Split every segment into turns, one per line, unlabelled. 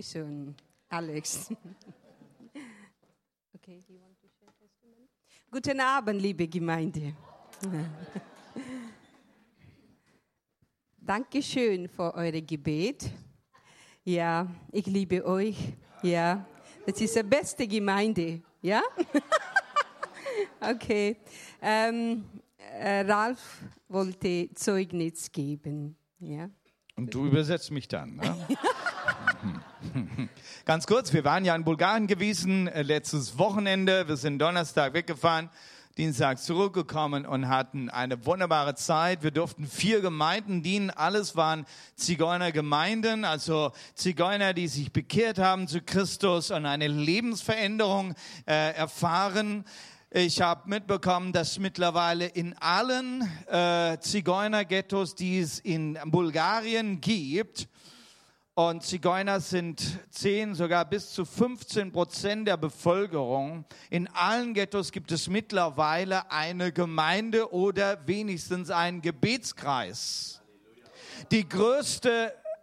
Dankeschön, Alex. Okay, you want to share testimony? Guten Abend, liebe Gemeinde. Dankeschön für eure Gebet. Ja, ich liebe euch. Ja, das ist die beste Gemeinde. Ja? Okay. Ähm, äh, Ralf wollte Zeugnis geben. Ja.
Und du übersetzt mich dann. Ne? Ganz kurz, wir waren ja in Bulgarien gewesen äh, letztes Wochenende. Wir sind Donnerstag weggefahren, Dienstag zurückgekommen und hatten eine wunderbare Zeit. Wir durften vier Gemeinden dienen. Alles waren Zigeunergemeinden, also Zigeuner, die sich bekehrt haben zu Christus und eine Lebensveränderung äh, erfahren. Ich habe mitbekommen, dass mittlerweile in allen äh, Zigeunerghettos, die es in Bulgarien gibt, und Zigeuner sind 10, sogar bis zu 15 Prozent der Bevölkerung. In allen Ghettos gibt es mittlerweile eine Gemeinde oder wenigstens einen Gebetskreis. Die größte, äh,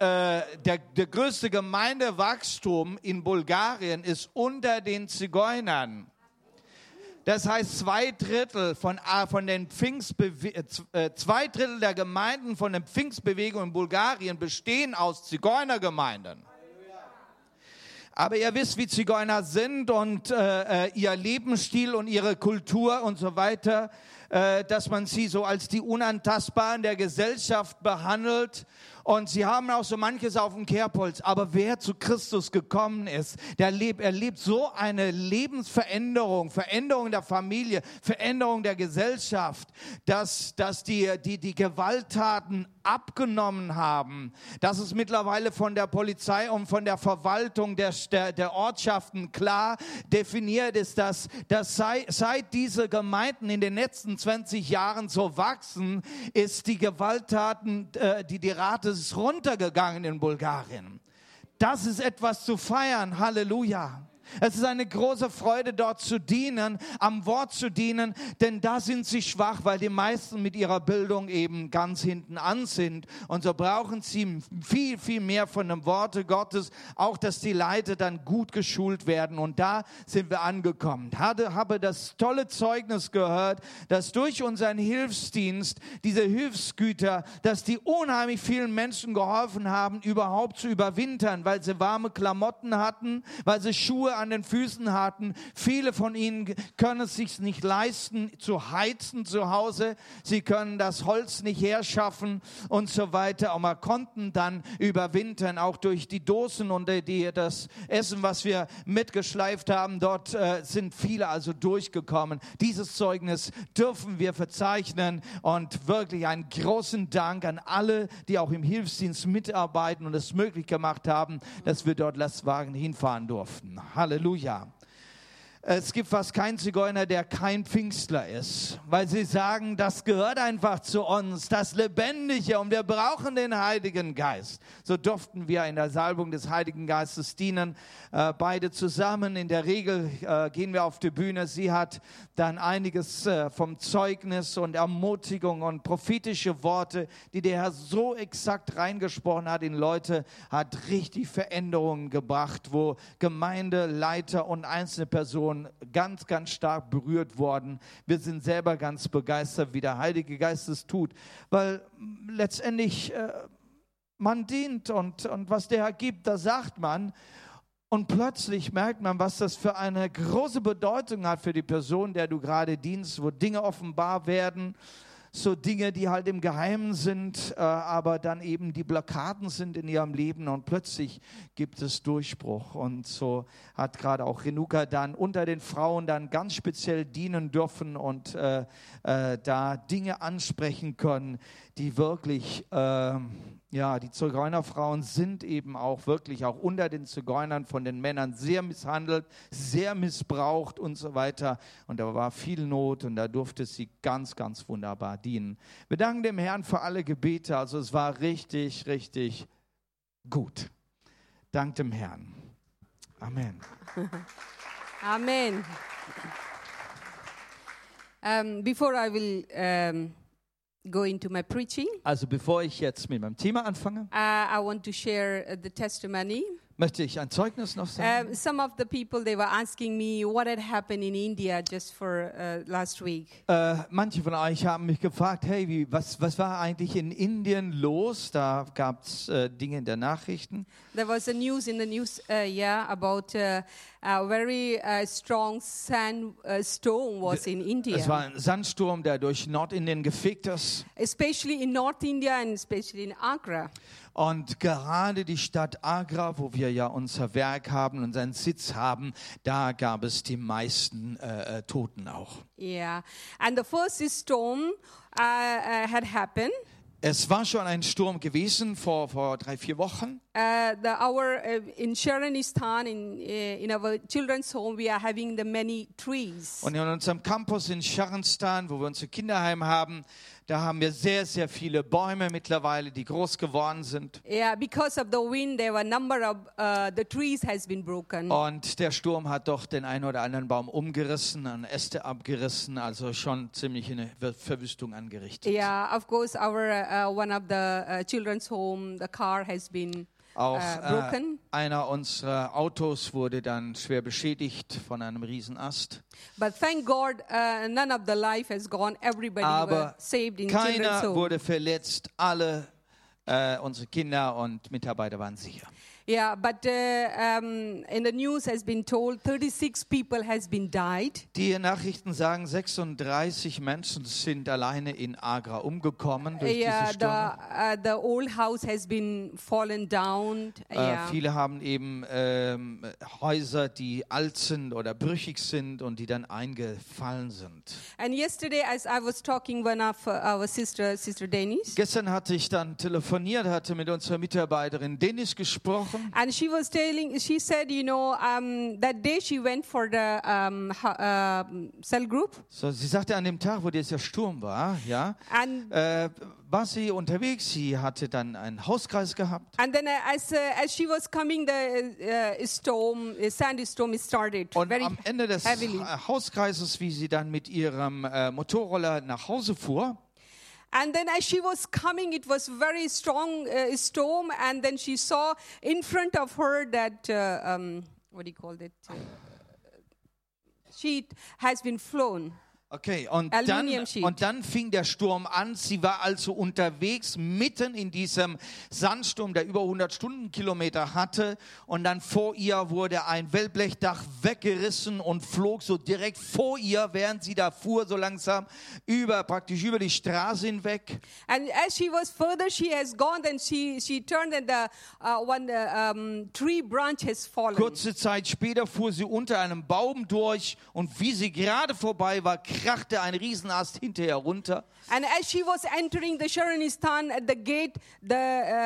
der, der größte Gemeindewachstum in Bulgarien ist unter den Zigeunern. Das heißt, zwei Drittel von, ah, von den Pfingstbewe äh, z- äh, zwei Drittel der Gemeinden von der Pfingstbewegung in Bulgarien bestehen aus Zigeunergemeinden. Aber ihr wisst, wie Zigeuner sind und äh, äh, ihr Lebensstil und ihre Kultur und so weiter, äh, dass man sie so als die Unantastbaren der Gesellschaft behandelt. Und sie haben auch so manches auf dem Kerbholz. Aber wer zu Christus gekommen ist, der lebt, erlebt so eine Lebensveränderung, Veränderung der Familie, Veränderung der Gesellschaft, dass, dass die, die, die Gewalttaten abgenommen haben, dass es mittlerweile von der Polizei und von der Verwaltung der, der, der Ortschaften klar definiert ist, dass, dass sei, seit diese Gemeinden in den letzten 20 Jahren so wachsen, ist die Gewalttaten, äh, die, die Rate ist runtergegangen in Bulgarien. Das ist etwas zu feiern. Halleluja. Es ist eine große Freude, dort zu dienen, am Wort zu dienen, denn da sind sie schwach, weil die meisten mit ihrer Bildung eben ganz hinten an sind. Und so brauchen sie viel, viel mehr von dem Worte Gottes, auch dass die Leiter dann gut geschult werden. Und da sind wir angekommen. Hatte, habe das tolle Zeugnis gehört, dass durch unseren Hilfsdienst, diese Hilfsgüter, dass die unheimlich vielen Menschen geholfen haben, überhaupt zu überwintern, weil sie warme Klamotten hatten, weil sie Schuhe an den Füßen hatten. Viele von ihnen können es sich nicht leisten, zu heizen zu Hause. Sie können das Holz nicht herschaffen und so weiter. Oh Aber konnten dann überwintern, auch durch die Dosen und die- die, das Essen, was wir mitgeschleift haben. Dort äh, sind viele also durchgekommen. Dieses Zeugnis dürfen wir verzeichnen und wirklich einen großen Dank an alle, die auch im Hilfsdienst mitarbeiten und es möglich gemacht haben, dass wir dort Lastwagen hinfahren durften. Halleluja. Es gibt fast keinen Zigeuner, der kein Pfingstler ist, weil sie sagen, das gehört einfach zu uns, das Lebendige und wir brauchen den Heiligen Geist. So durften wir in der Salbung des Heiligen Geistes dienen, äh, beide zusammen. In der Regel äh, gehen wir auf die Bühne. Sie hat dann einiges äh, vom Zeugnis und Ermutigung und prophetische Worte, die der Herr so exakt reingesprochen hat in Leute, hat richtig Veränderungen gebracht, wo Gemeindeleiter und einzelne Personen ganz, ganz stark berührt worden. Wir sind selber ganz begeistert, wie der Heilige Geist es tut, weil mm, letztendlich äh, man dient und, und was der Herr gibt, das sagt man. Und plötzlich merkt man, was das für eine große Bedeutung hat für die Person, der du gerade dienst, wo Dinge offenbar werden, so Dinge, die halt im Geheimen sind, äh, aber dann eben die Blockaden sind in ihrem Leben und plötzlich gibt es Durchbruch. Und so hat gerade auch Renuka dann unter den Frauen dann ganz speziell dienen dürfen und äh, äh, da Dinge ansprechen können, die wirklich... ähm, ja, die Zigeunerfrauen sind eben auch wirklich auch unter den Zigeunern von den Männern sehr misshandelt, sehr missbraucht und so weiter. Und da war viel Not und da durfte sie ganz, ganz wunderbar dienen. Wir danken dem Herrn für alle Gebete. Also es war richtig, richtig gut. Dank dem Herrn. Amen.
Amen. Um, before I will um, go into my preaching,
Also bevor ich jetzt mit meinem Thema anfange,
uh, I want to share uh, the testimony
Möchte ich ein Zeugnis noch sagen?
Um, some of the people they were asking me what had happened in India just for uh, last week.
Äh, manche von euch haben mich gefragt, hey, wie, was, was war eigentlich in Indien los? Da gab es äh, Dinge in der Nachrichten.
There was a news in the news, uh, yeah, about uh, a very uh, strong sand uh, storm was in
Es war
India,
ein Sandsturm, der durch Nordindien gefegt ist.
especially in North India and especially in Agra.
Und gerade die Stadt Agra, wo wir ja unser Werk haben, unseren Sitz haben, da gab es die meisten äh, äh, Toten auch.
Yeah, and the first storm uh, uh, had happened.
Es war schon ein Sturm gewesen vor, vor drei, vier Wochen.
Uh, the, our uh, in Sharonistan, in uh, in our children's home, we are having the many trees.
Und in unserem Campus in Scharnstan, wo wir unser Kinderheim haben, da haben wir sehr, sehr viele Bäume mittlerweile, die groß geworden sind.
Yeah, because of the wind, there were a number of uh, the trees has been broken.
Und der Sturm hat doch den einen oder anderen Baum umgerissen, an Äste abgerissen, also schon ziemlich eine Ver- Verwüstung angerichtet.
Yeah, of course, our uh, one of the uh, children's home, the car has been
Auch
uh,
äh,
broken.
einer unserer Autos wurde dann schwer beschädigt von einem Riesenast.
But thank God, uh, none of the life has gone. Everybody were
Aber
saved in children's
keiner
home.
wurde verletzt, alle äh, unsere Kinder und Mitarbeiter waren sicher.
Yeah, but uh, um, in the news has been told 36 people has been died.
Die Nachrichten sagen, 36 Menschen sind alleine in Agra umgekommen durch
Yeah,
diese
the
Stürme.
uh, the old house has been fallen down.
Äh,
yeah.
viele haben eben ähm, Häuser, die alt sind oder brüchig sind und die dann eingefallen sind.
And yesterday, as I was talking one of uh, our sister, Sister Denise,
Gestern hatte ich dann telefoniert, hatte mit unserer Mitarbeiterin Dennis gesprochen.
and she was telling, she said, you know, um, that day she went for the um, ho- um, cell group,
So, sie sagte, an dem Tag, wo dieser Sturm war, ja,
and
äh, war sie unterwegs. Sie hatte dann einen Hauskreis gehabt.
and then uh, as uh, as she was coming, the uh, storm, uh, sandstorm started.
Und
very
am Ende des
heavily.
Ha- Hauskreises, wie sie dann mit ihrem äh, Motorroller nach Hause fuhr,
And then, as she was coming, it was very strong uh, storm. And then she saw in front of her that uh, um, what do you call it? Uh, sheet has been flown.
Okay, und dann,
Aluminiumsheet.
und dann fing der Sturm an. Sie war also unterwegs mitten in diesem Sandsturm, der über 100 Stundenkilometer hatte. Und dann vor ihr wurde ein Wellblechdach weggerissen und flog so direkt vor ihr, während sie da fuhr, so langsam über, praktisch über die Straße hinweg.
And as she was further, she has gone. Then she she turned, and the uh, one uh, um, tree branch has fallen.
Kurze Zeit später fuhr sie unter einem Baum durch und wie sie gerade vorbei war, krachte ein Riesenast hinterher runter.
And as she was entering the Sharanistan at the gate, the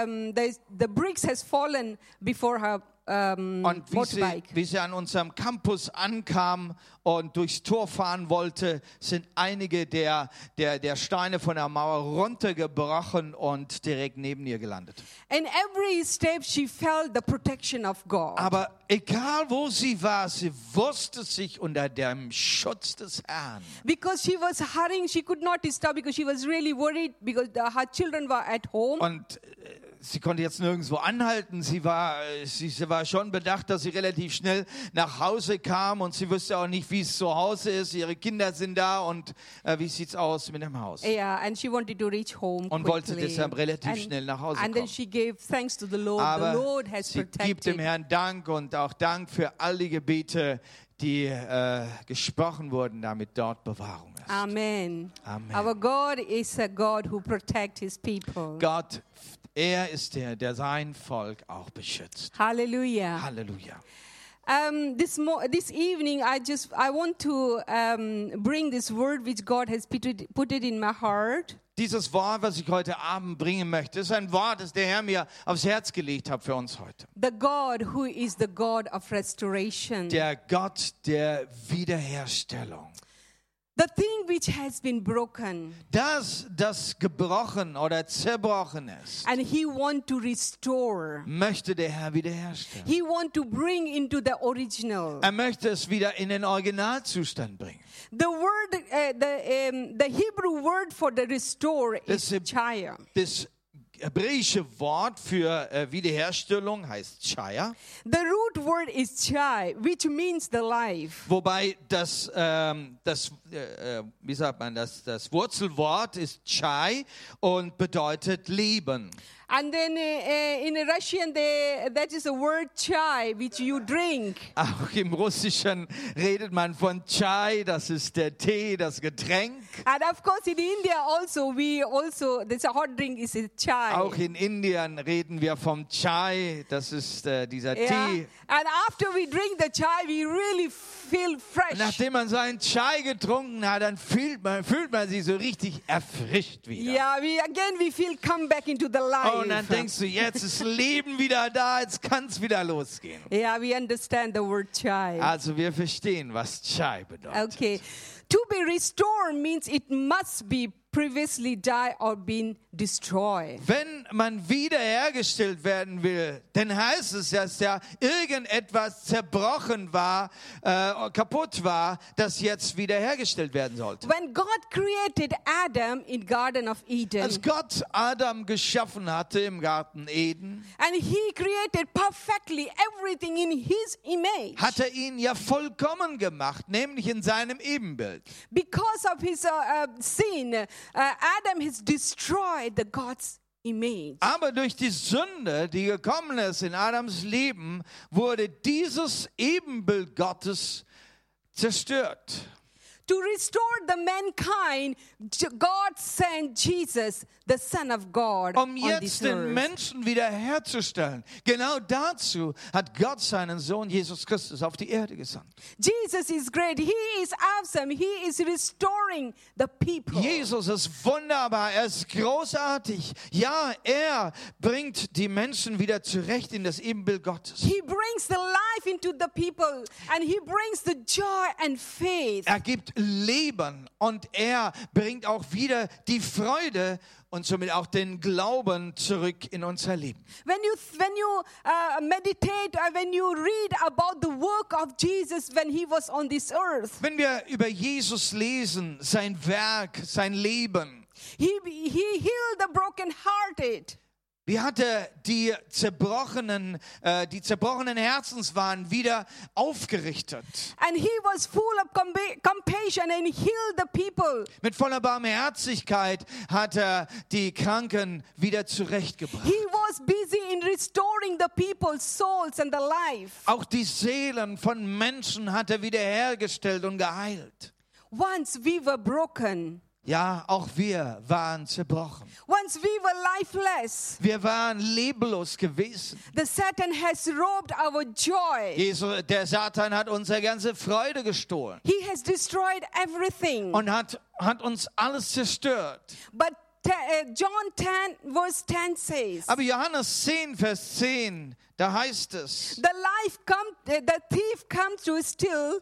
um, the, the bricks has fallen before her um,
Und wie sie,
motorbike.
wie sie an unserem Campus ankam und durchs Tor fahren wollte, sind einige der, der, der Steine von der Mauer runtergebrochen und direkt neben ihr gelandet.
In every step, she felt the protection of God.
Aber egal wo sie war, sie wusste sich unter dem Schutz des Herrn.
because she was hurrying, she could not stop because she was really worried because the, her children were at home.
Und äh, sie konnte jetzt nirgendwo anhalten. Sie war, äh, sie, sie war schon bedacht, dass sie relativ schnell nach Hause kam und sie wusste auch nicht, wie es zu Hause ist. Ihre Kinder sind da und äh, wie sieht's aus mit dem Haus?
yeah, and she wanted to reach home
Und wollte
quickly.
deshalb relativ
and,
schnell nach Hause
and then
kommen.
she gave thanks to the Lord.
Aber
the Lord has
sie gibt dem
protected.
Herrn Dank und auch Dank für all die Gebete, die äh, gesprochen wurden, damit dort Bewahrung
Ah.
ist.
Amen.
Amen.
Our God is a God who protects His people.
Gott, er ist der, der sein Volk auch beschützt.
Hallelujah.
Halleluja.
Um, this mo- this evening, I just I want to um, bring this word which God has put it, put it in my heart.
Dieses Wort, was ich heute Abend bringen möchte, ist ein Wort, das der Herr mir aufs Herz gelegt hat für uns heute.
The God who is the God of restoration.
Der Gott der Wiederherstellung.
The thing which has been broken,
Das, das gebrochen oder zerbrochen ist,
and He want to restore.
möchte der Herr wiederherstellen.
He want to bring into the original.
Er möchte es wieder in den Originalzustand bringen.
The word, uh, the um, the Hebrew word for the restore is
Listen.
chaya.
Das hebräische Wort für äh, Wiederherstellung heißt Chaya,
The root word is chai, which means the life.
wobei das, ähm, das äh, äh, wie sagt man das, das Wurzelwort ist Chai und bedeutet Leben.
And then uh, uh, in Russian, they, that is the word chai, which you drink.
Auch im Russischen redet man von Chai, das ist der Tee, das Getränk.
And of course, in India also, we also, this hot drink is a chai.
Auch in Indien reden wir vom Chai, das ist äh, dieser
Yeah.
Tee.
And after we drink the chai, we really feel fresh.
Nachdem man seinen Chai getrunken hat, dann fühlt man, fühlt man sich so richtig erfrischt wieder. Oh,
Yeah, we again we feel come back into the
Und dann
life.
denkst du, jetzt ist Leben wieder da, jetzt kann es wieder losgehen.
Yeah, we understand the word chai.
Also wir verstehen, was Chai bedeutet.
Okay. To be restored means it must be previously die or been destroyed.
Wenn man wiederhergestellt werden will, dann heißt es, dass ja irgendetwas zerbrochen war, äh, kaputt war, das jetzt wiederhergestellt werden sollte.
When God created Adam in Garden of Eden,
Als Gott Adam geschaffen hatte im Garten Eden,
and he created perfectly everything in his image.
hat er ihn ja vollkommen gemacht, nämlich in seinem Ebenbild.
Because of his uh, uh, sin, uh, Adam has destroyed the God's image.
Aber durch die Sünde, die gekommen ist in Adams Leben, wurde dieses Ebenbild Gottes zerstört.
To restore the mankind, J- God sent Jesus, the Son of God,
Um
on this
jetzt den
earth.
Menschen wiederherzustellen. Genau dazu hat Gott seinen Sohn Jesus Christus auf die Erde gesandt.
Jesus is great. He is awesome. He is restoring the people.
Jesus ist wunderbar, er ist großartig. Ja, er bringt die Menschen wieder zurecht in das Ebenbild Gottes.
He brings the life into the people and he brings the joy and faith.
Er gibt Leben und er bringt auch wieder die Freude und somit auch den Glauben zurück in unser Leben.
When you when you uh, meditate or when you read about the work of Jesus when he was on this earth,
Wenn wir über Jesus lesen, sein Werk, sein Leben,
he he healed the brokenhearted.
wie hat er die zerbrochenen, äh, die zerbrochenen Herzenswahn wieder aufgerichtet?
And he was full of compa- compassion and healed the people.
Mit voller Barmherzigkeit hat er die Kranken wieder zurechtgebracht.
He was busy in restoring the people's souls and the life.
Auch die Seelen von Menschen hat er wiederhergestellt und geheilt.
Once we were broken.
Ja, auch wir waren zerbrochen.
Once we were lifeless.
Wir waren leblos gewesen.
The Satan has robbed our joy.
Jesus, der Satan hat unsere ganze Freude gestohlen
He has destroyed everything.
und hat, hat uns alles zerstört.
But te- uh, John 10, verse 10 says,
Aber Johannes 10, Vers 10, da heißt es,
the life come, uh, the thief comes to steal,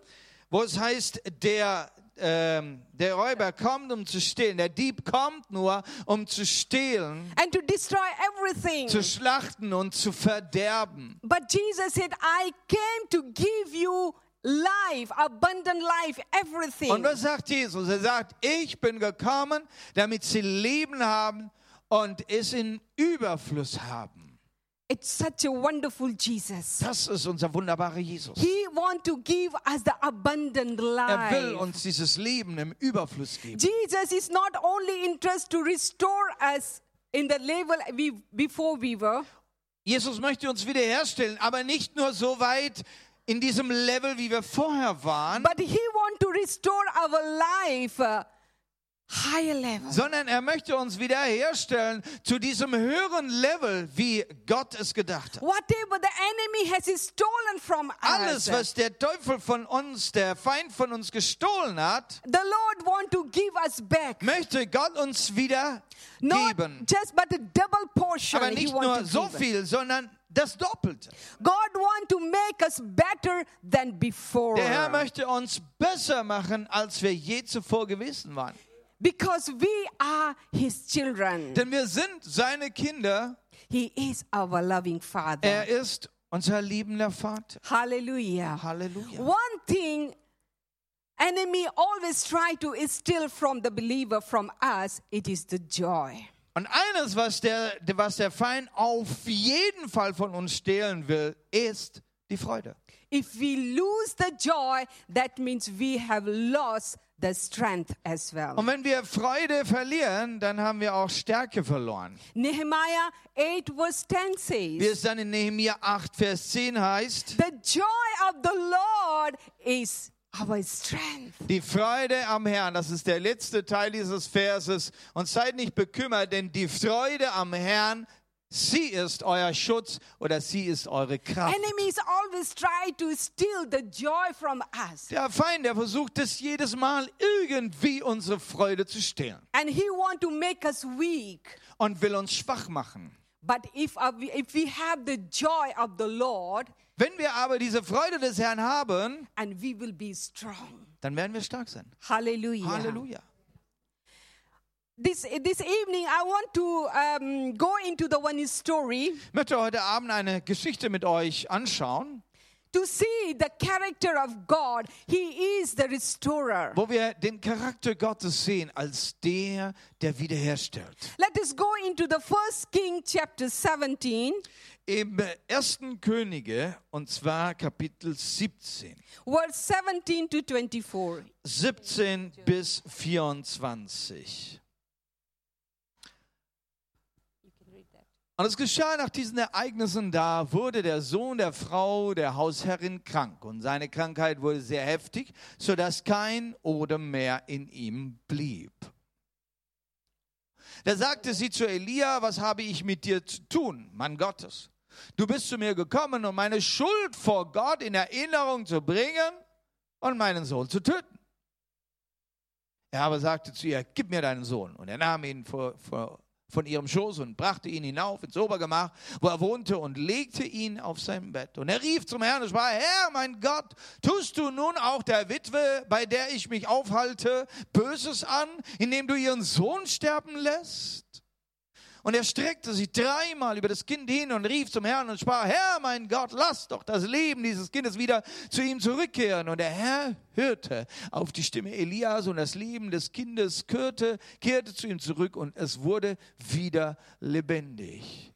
wo es heißt, der, ähm, der Räuber kommt, um zu stehlen. Der Dieb kommt nur, um zu stehlen,
and to destroy everything.
zu schlachten und zu verderben.
But Jesus said, I came to give you life, abundant life,
Und
everything.
was sagt Jesus? Er sagt, ich bin gekommen, damit sie Leben haben und es in Überfluss haben.
It's such a wonderful Jesus.
Das ist unser wunderbarer Jesus.
He wants to give us the abundant
Er will
life.
uns dieses Leben im Überfluss geben.
Jesus is not only interested to restore us in the level we before we were,
Jesus möchte uns wiederherstellen, aber nicht nur so weit in diesem Level, wie wir vorher waren,
but he wants to restore our life uh, higher level.
sondern er möchte uns wiederherstellen zu diesem höheren Level, wie Gott es gedacht hat.
Whatever the enemy has stolen from
Alles,
us,
was der Teufel von uns, der Feind von uns gestohlen hat,
the Lord wants to give us back.
möchte Gott uns wieder
Not
geben.
just but a double portion.
Aber
he
nicht
wants
nur
to give us.
so viel, sondern das Doppelte.
God wants to make us better than before.
Der Herr möchte uns besser machen, als wir je zuvor gewesen waren.
Because we are his children.
Denn wir sind seine Kinder.
He is our loving Father.
Er ist unser liebender Vater.
Hallelujah.
Halleluja.
One thing enemy always try to steal from the believer from us, it is the joy.
Und eines, was der, was der Feind auf jeden Fall von uns stehlen will, ist die Freude.
If we lose the joy, that means we have lost the strength as well.
Und wenn wir Freude verlieren, dann haben wir auch Stärke verloren.
Nehemiah 8 verse 10
Wie
says,
es dann in Nehemia 8, Vers 10 heißt,
The joy of the Lord is our strength.
die Freude am Herrn, das ist der letzte Teil dieses Verses, und seid nicht bekümmert, denn die Freude am Herrn, sie ist euer Schutz oder sie ist eure Kraft.
Enemies always try to steal the joy from us.
Der Feind, der versucht es jedes Mal irgendwie unsere Freude zu stehlen
And he want to make us weak.
und will uns schwach machen.
But if, uh, we- if we have the joy of the Lord,
Wenn wir aber diese Freude des Herrn haben,
and we will be strong.
dann werden wir stark sein.
Hallelujah.
Halleluja.
This, this evening, I want to um, go into the one story
Ich möchte heute Abend eine Geschichte mit euch anschauen,
to see the character of God. He is the restorer.
wo wir den Charakter Gottes sehen als der, der wiederherstellt.
Let us go into the first King chapter 17,
Im ersten Könige, und zwar Kapitel 17,
verse 17 to 24.
17 bis 24. Und es geschah nach diesen Ereignissen, da wurde der Sohn der Frau der Hausherrin krank und seine Krankheit wurde sehr heftig, sodass kein Odem mehr in ihm blieb. Da sagte sie zu Elia, was habe ich mit dir zu tun, Mann Gottes? Du bist zu mir gekommen, um meine Schuld vor Gott in Erinnerung zu bringen und meinen Sohn zu töten. Er aber sagte zu ihr, gib mir deinen Sohn. Und er nahm ihn vor, vor, von ihrem Schoß und brachte ihn hinauf ins Obergemach, wo er wohnte, und legte ihn auf sein Bett. Und er rief zum Herrn und sprach, Herr, mein Gott, tust du nun auch der Witwe, bei der ich mich aufhalte, Böses an, indem du ihren Sohn sterben lässt? Und er streckte sie dreimal über das Kind hin und rief zum Herrn und sprach, Herr, mein Gott, lass doch das Leben dieses Kindes wieder zu ihm zurückkehren. Und der Herr hörte auf die Stimme Elias und das Leben des Kindes kehrte, kehrte zu ihm zurück und es wurde wieder lebendig.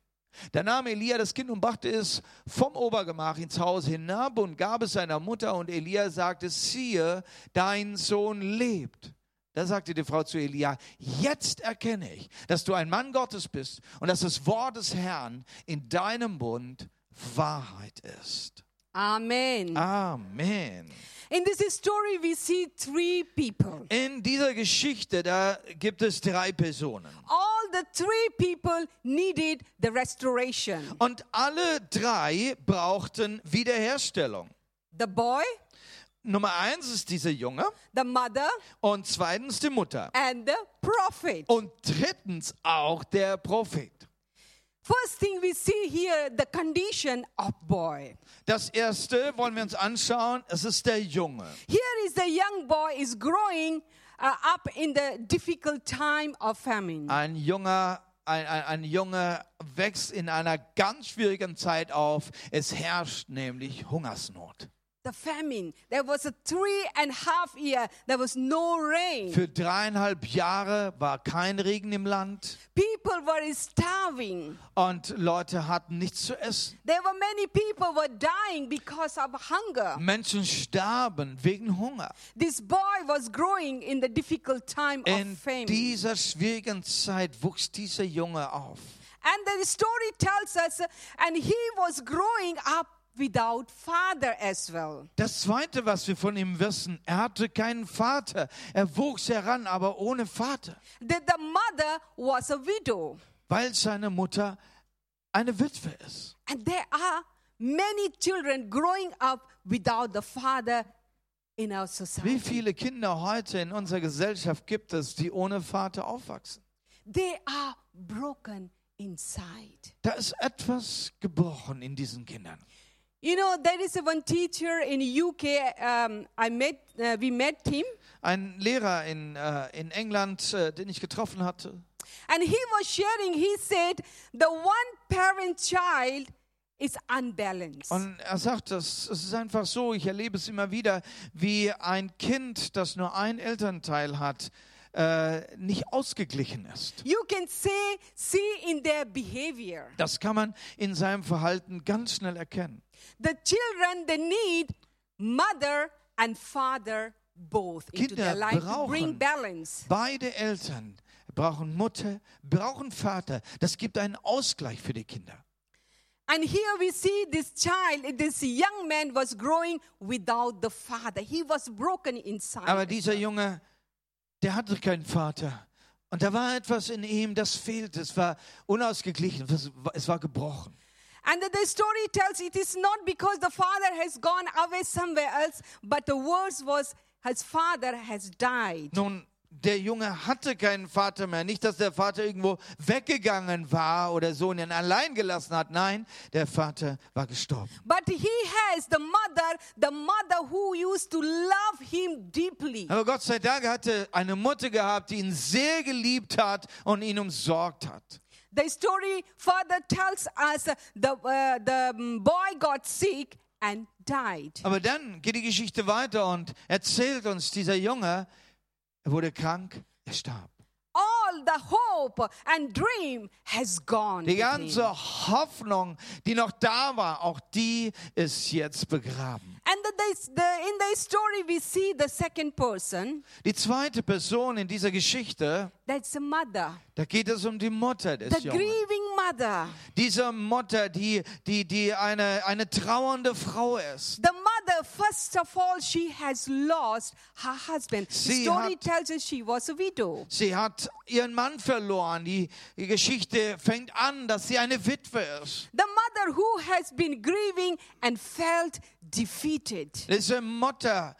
Da nahm Elia das Kind und brachte es vom Obergemach ins Haus hinab und gab es seiner Mutter. Und Elia sagte, siehe, dein Sohn lebt. Da sagte die Frau zu Elia, jetzt erkenne ich, dass du ein Mann Gottes bist und dass das Wort des Herrn in deinem Mund Wahrheit ist.
Amen.
Ah. Amen.
In this story, we see three people.
In dieser Geschichte, da gibt es drei Personen.
All the three people needed the restoration
Und alle drei brauchten Wiederherstellung.
the boy,
Nummer eins ist dieser Junge
the mother,
und zweitens die Mutter
and the prophet.
und drittens auch der Prophet.
First thing we see here the condition of boy.
Das erste wollen wir uns anschauen, es ist der Junge.
Here is the young boy is growing uh, up in the difficult time of famine.
Ein junger, ein, ein, ein Junge wächst in einer ganz schwierigen Zeit auf. Es herrscht nämlich Hungersnot.
the famine. There was a three and a half year. There was no rain.
Für dreieinhalb Jahre war kein Regen im Land
People were starving.
und Leute hatten nichts zu essen.
There were many people were dying because of hunger.
Menschen starben wegen Hunger.
This boy was growing in the difficult time of
In
famine.
dieser schwierigen Zeit wuchs dieser Junge auf.
And the story tells us, uh, and he was growing up without father as well.
Das zweite, was wir von ihm wissen, er hatte keinen Vater. Er wuchs heran, aber ohne Vater,
That the mother was a widow.
weil seine Mutter eine Witwe ist.
And there are many children growing up without the father in our
Wie
society.
viele Kinder heute in unserer Gesellschaft gibt es, die ohne Vater aufwachsen?
They are broken inside.
Da ist etwas gebrochen in diesen Kindern.
You know, there is one teacher in UK. Um, I met, uh, we met him,
Ein Lehrer in, äh, in England, äh, den ich getroffen hatte,
and he was sharing. He said, "The one-parent child is unbalanced."
und er sagt, das, es ist einfach so, ich erlebe es immer wieder, wie ein Kind, das nur ein Elternteil hat, äh, nicht ausgeglichen ist.
You can say, see in their behavior.
Das kann man in seinem Verhalten ganz schnell erkennen.
The children, they need mother and father both into their
Kinder
life to bring
brauchen-
balance.
Beide Eltern brauchen Mutter, brauchen Vater. Das gibt einen Ausgleich für die Kinder.
And here we see this child, this young man was growing without the father. He was broken inside.
Aber dieser Junge, der hatte keinen Vater. Und da war etwas in ihm, das fehlte. Es war unausgeglichen, es war- es war gebrochen.
And the story tells it is not because the father has gone away somewhere else, but the words was his father has died.
Nun, der Junge hatte keinen Vater mehr. Nicht, dass der Vater irgendwo weggegangen war oder so und ihn allein gelassen hat. Nein, der Vater war gestorben.
But he has the mother, the mother who used to love him deeply.
Aber Gott sei Dank hatte eine Mutter gehabt, die ihn sehr geliebt hat und ihn umsorgt hat.
The story further tells us uh, the, uh, the mm, boy got sick and died.
Aber dann geht die Geschichte weiter und erzählt uns, dieser Junge, er wurde krank, er starb.
All the hope and dream has gone.
Die
with him.
ganze Hoffnung, die noch da war, auch die ist jetzt begraben.
And the, the, the, in the story, we see the second person.
Die zweite Person in dieser Geschichte,
That's the mother,
da geht es um die Mutter des
the
Jungen.
grieving mother,
Diese Mutter, die, die, die eine, eine trauernde Frau ist.
the mother. First of all, she has lost her husband. the
Sie
story
hat-
tells us she was a widow.
Sie hat ihren Mann verloren. Die, die Geschichte fängt an, dass sie eine Witwe ist.
The mother who has been grieving and felt defeated.
Diese Mutter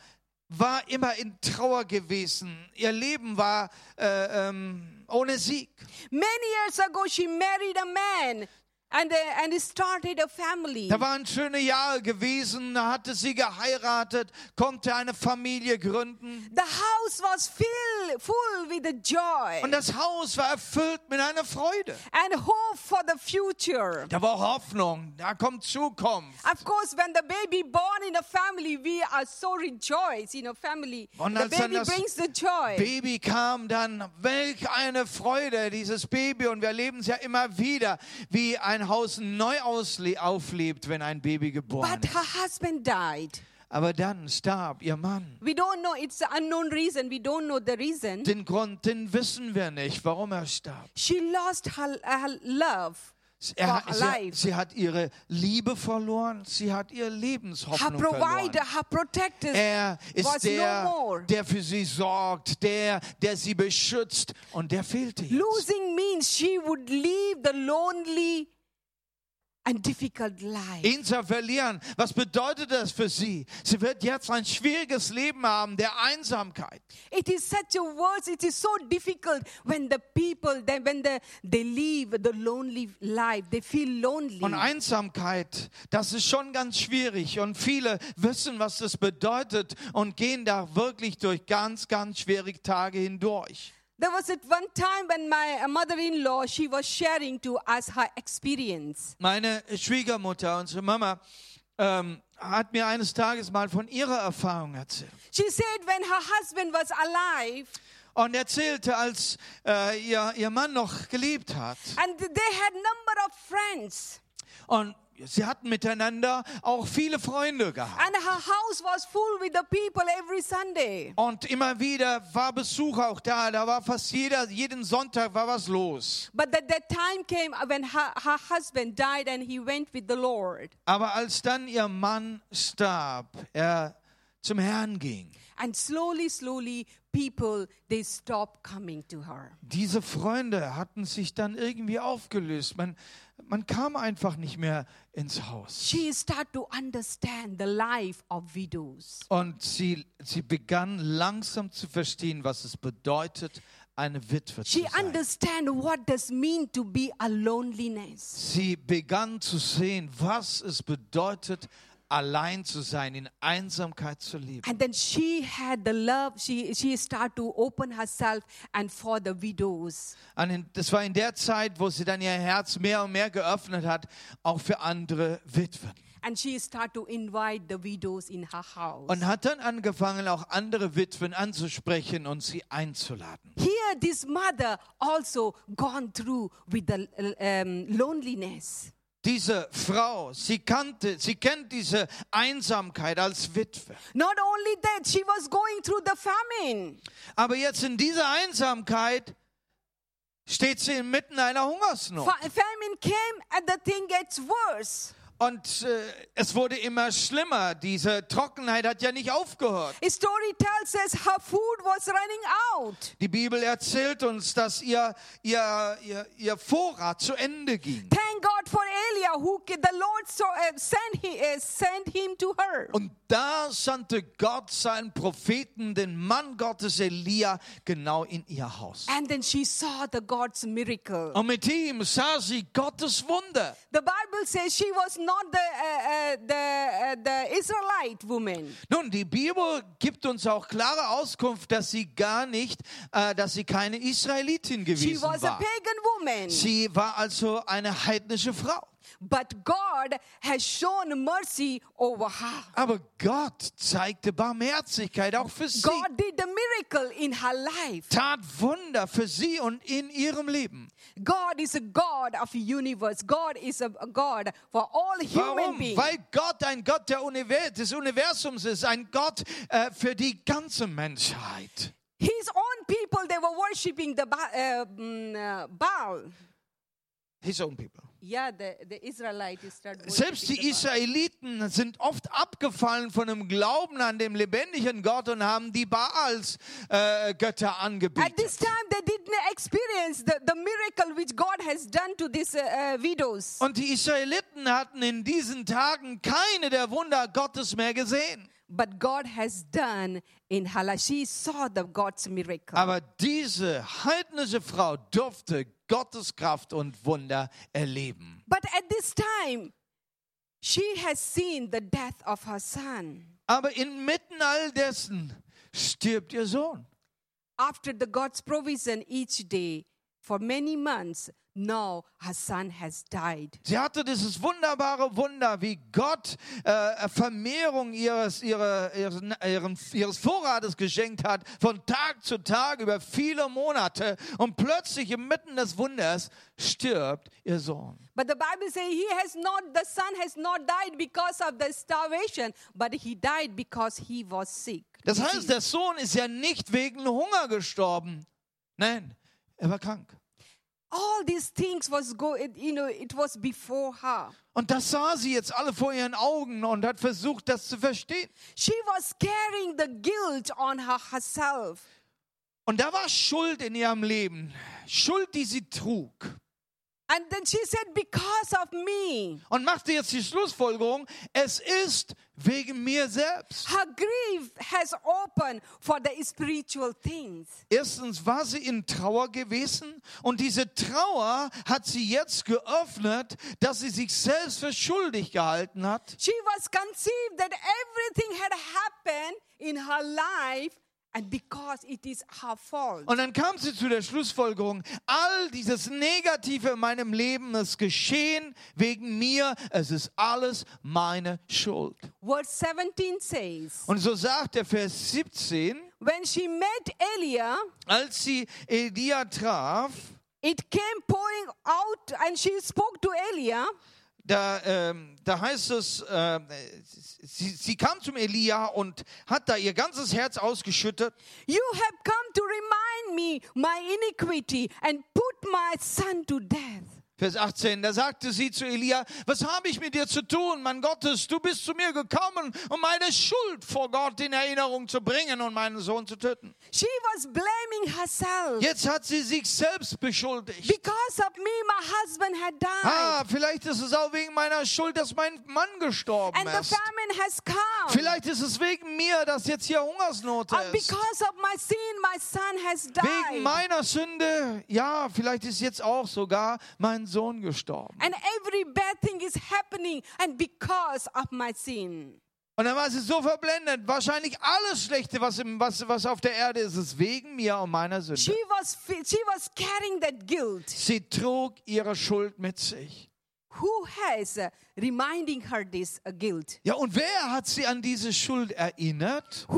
war immer in Trauer gewesen. Ihr Leben war äh, ähm, ohne Sieg.
Many years ago, she married a man and, uh, and started a family.
Da waren schöne Jahre gewesen, da hatte sie geheiratet, konnte eine Familie gründen.
The house was fill, full with the joy
Und das Haus war erfüllt mit einer Freude.
and hope for the future.
Da war Hoffnung, da kommt Zukunft.
Of course, when the baby born in a family, we are so rejoiced in a family.
Und
the
als dann
baby
das
brings the joy.
Baby kam dann, welch eine Freude, dieses Baby. Und wir erleben es ja immer wieder, wie ein Haus neu ausle- auflebt, wenn ein Baby geboren
but
ist.
her husband died.
Aber dann starb ihr Mann.
We don't know. It's an unknown reason. We don't know the reason.
Den Grund, den wissen wir nicht, warum er starb.
She lost her, her love,
Er,
For
sie,
life.
sie hat ihre Liebe verloren, sie hat
her
ihre Lebenshoffnung verloren.
provider, her protector.
Er
was
ist
no
der,
more.
der für sie sorgt, der, der sie beschützt und der fehlte jetzt.
Losing means she would leave the lonely and difficult life.
Ihn zu verlieren, was bedeutet das für sie? Sie wird jetzt ein schwieriges Leben haben der Einsamkeit.
It is such a words. It is so difficult when the people, then when the, they leave the lonely life, they feel lonely.
Und Einsamkeit, das ist schon ganz schwierig und viele wissen, was das bedeutet und gehen da wirklich durch ganz, ganz schwierige Tage hindurch.
There was at one time when my uh, mother-in-law she was sharing to us her experience.
Meine Schwiegermutter, unsere Mama, ähm, hat mir eines Tages mal von ihrer Erfahrung erzählt.
She said when her husband was alive
und erzählte, als äh, ihr, ihr Mann noch gelebt hat.
and they had number of friends
Und sie hatten miteinander auch viele Freunde gehabt.
and her house was full with the people every Sunday.
Und immer wieder war Besuch auch da. Da war fast jeder, jeden Sonntag war was los.
But that that time came when her, her husband died and he went with the Lord.
Aber als dann ihr Mann starb, er zum Herrn ging.
And slowly, slowly, people they stopped coming to her.
Diese Freunde hatten sich dann irgendwie aufgelöst. Man, man kam einfach nicht mehr ins Haus.
She started to understand the life of widows.
Und sie, sie begann langsam zu verstehen, was es bedeutet, eine Witwe zu
She
sein.
understand what does mean to be a loneliness.
Sie begann zu sehen, was es bedeutet, allein zu sein, in Einsamkeit zu leben.
And then she had the love, she, she started to open herself and for the widows.
An den- Das war in der Zeit, wo sie dann ihr Herz mehr und mehr geöffnet hat, auch für andere Witwen.
And she started to invite the widows in her house.
und hat dann angefangen, auch andere Witwen anzusprechen und sie einzuladen.
Here, this mother also gone through with the um, loneliness.
Diese Frau, sie kannte, sie kennt diese Einsamkeit als Witwe.
Not only that, she was going through the famine.
Aber jetzt in dieser Einsamkeit steht sie inmitten einer Hungersnot.
Fa- famine came and the thing gets worse.
Und äh, es wurde immer schlimmer. Diese Trockenheit hat ja nicht aufgehört.
A story tells us her food was running out.
Die Bibel erzählt uns, dass ihr, ihr, ihr, ihr Vorrat zu Ende ging.
Thank God for Elia, who ca- the Lord so, uh, sent, he, uh, sent him to her.
Und da sandte Gott seinen Propheten, den Mann Gottes Elia, genau in ihr Haus.
And then she saw the God's miracle.
Und mit ihm sah sie Gottes Wunder.
The Bible says she was not the, uh, uh, the, uh, the Israelite woman.
Nun, die Bibel gibt uns auch klare Auskunft, dass sie gar nicht, äh, dass sie keine Israelitin
She
gewesen
was a
war.
pagan woman.
Sie war also eine heidnische Frau.
But God has shown mercy over her.
Aber Gott zeigte Barmherzigkeit auch für sie.
God did a miracle in her life.
tat Wunder für sie und in ihrem Leben.
God is a God of universe. God is a a God for all human
Warum?
beings.
Weil Gott ein Gott der Univer des Universums ist, ein Gott äh, für die ganze Menschheit.
His own people, they were worshipping the Ba- uh, mm, uh, Baal.
His own people.
Yeah, the, the Israelites started
Selbst die Israeliten sind oft abgefallen von dem Glauben an den lebendigen Gott und haben die Baals äh, Götter
At
angebetet.
this time, they didn't experience the, the miracle which God has done to these uh, uh, widows.
Und die Israeliten hatten in diesen Tagen keine der Wunder Gottes mehr gesehen.
But God has done in Hala. She saw the God's miracle.
Aber diese heidnische Frau durfte Gottes Kraft und Wunder erleben.
But at this time, she has seen the death of her son.
Aber inmitten all dessen stirbt ihr Sohn.
After the God's provision each day for many months, now her son has died.
Sie hatte dieses wunderbare Wunder, wie Gott äh, Vermehrung ihres, ihrer, ihren, ihren, ihres Vorrates geschenkt hat, von Tag zu Tag über viele Monate. Und plötzlich inmitten des Wunders stirbt ihr Sohn.
But the Bible says he has not, the son has not died because of the starvation, but he died because he was sick.
Das heißt, der Sohn ist ja nicht wegen Hunger gestorben. Nein, er war krank.
All these things was go, it, you know, it was before her.
Und das sah sie jetzt alle vor ihren Augen und hat versucht, das zu verstehen.
She was carrying the guilt on her herself.
Und da war Schuld in ihrem Leben. Schuld, die sie trug.
And then she said, because of me.
Und machte jetzt die Schlussfolgerung, es ist wegen mir selbst.
Her grief has opened for the spiritual things.
Erstens war sie in Trauer gewesen und diese Trauer hat sie jetzt geöffnet, dass sie sich selbst für schuldig gehalten hat.
She was conceived that everything had happened in her life and because it is her fault.
Und dann kam sie zu der Schlussfolgerung, all dieses Negative in meinem Leben ist geschehen wegen mir, es ist alles meine Schuld.
Verse 17 says,
Und so sagt der Vers 17,
When she met Elia,
als sie Elia traf,
it came pouring out and she spoke to Elia.
da, ähm, da heißt es, ähm, sie, sie kam zum Elia und hat da ihr ganzes Herz ausgeschüttet.
You have come to remind me my iniquity and put my son to death.
Vers 18, da sagte sie zu Elia, was habe ich mit dir zu tun, Mann Gottes, du bist zu mir gekommen, um meine Schuld vor Gott in Erinnerung zu bringen und meinen Sohn zu töten.
She was blaming herself.
Jetzt hat sie sich selbst beschuldigt.
Because of me, my husband had died.
Ah, vielleicht ist es auch wegen meiner Schuld, dass mein Mann gestorben
and the
ist.
famine has come.
Vielleicht ist es wegen mir, dass jetzt hier Hungersnot
and
ist.
because of my sin, my son has
Wegen
died.
meiner Sünde, ja, vielleicht ist jetzt auch sogar mein Sohn gestorben.
And every bad thing is happening, and because of my sin.
Und dann war sie so verblendet. Wahrscheinlich alles Schlechte, was, im, was, was auf der Erde ist, ist wegen mir und meiner
She
Sünde.
was, fe- she was carrying that guilt.
Sie trug ihre Schuld mit sich.
Who has uh, reminding her this uh, guilt?
Ja, und wer hat sie an diese Schuld erinnert?
Who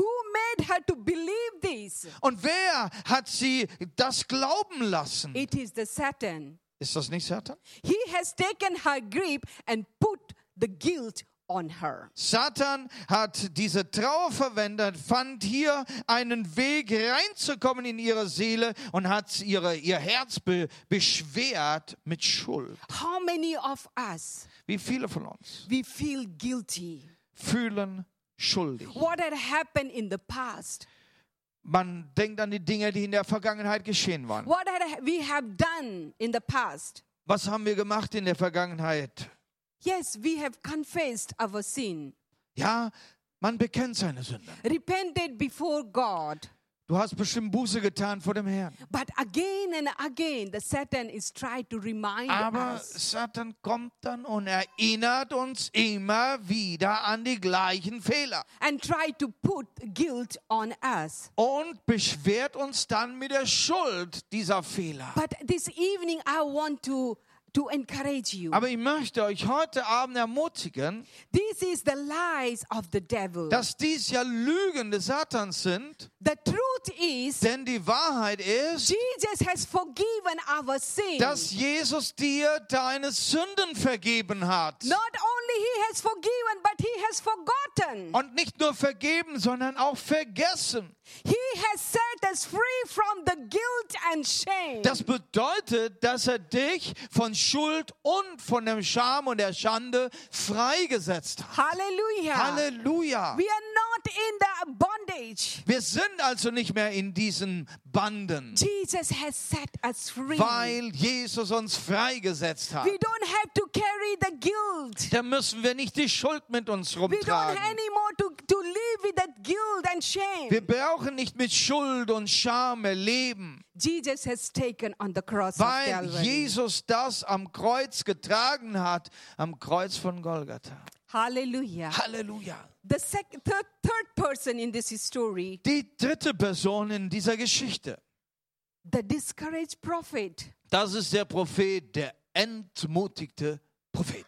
made her to believe this?
Und wer hat sie das glauben lassen?
It is the Satan.
Ist das nicht Satan?
He has taken her grip and put the guilt on her.
Satan hat diese Trauer verwendet, fand hier einen Weg reinzukommen in ihre Seele und hat ihre, ihr Herz be, beschwert mit Schuld.
How many of us
Wie viele von uns
we feel guilty?
fühlen schuldig?
What had happened in the past?
Man denkt an die Dinge, die in der Vergangenheit geschehen waren.
What had we have done in the past?
Was haben wir gemacht in der Vergangenheit?
Yes, we have confessed our sin,
Ja, man bekennt seine Sünden.
repented before God.
Du hast bestimmt Buße getan vor dem Herrn.
But again and again, the Satan is trying to remind
Aber
us.
Satan kommt dann und erinnert uns immer wieder an die gleichen Fehler
and try to put guilt on us.
und beschwert uns dann mit der Schuld dieser Fehler.
But this evening, I want to, to encourage you.
Aber ich möchte euch heute Abend ermutigen,
This is the lies of the devil.
dass dies ja Lügen des Satans sind,
The truth is,
denn die Wahrheit ist,
Jesus has forgiven our sin.
dass Jesus dir deine Sünden vergeben hat.
Not only he has forgiven, but he has forgotten.
Und nicht nur vergeben, sondern auch vergessen.
He has set us free from the guilt and shame.
Das bedeutet, dass er dich von Schuld und von dem Scham und der Schande freigesetzt hat.
Hallelujah.
Halleluja.
We are not in the bondage.
Wir sind also nicht mehr in diesen Banden,
Jesus has set us free.
weil Jesus uns freigesetzt hat.
We don't have to carry the guilt.
Da müssen wir nicht die Schuld mit uns
We don't
rumtragen.
anymore to, to live with that guilt and shame.
Wir brauchen nicht mit Schuld und Scham leben,
Jesus has taken on the cross of
weil
Calvary.
Jesus das am Kreuz getragen hat, am Kreuz von Golgatha.
Hallelujah.
Halleluja.
The sec- third, third person in this story,
Die dritte Person in dieser Geschichte,
the discouraged prophet,
das ist der Prophet, der entmutigte Prophet.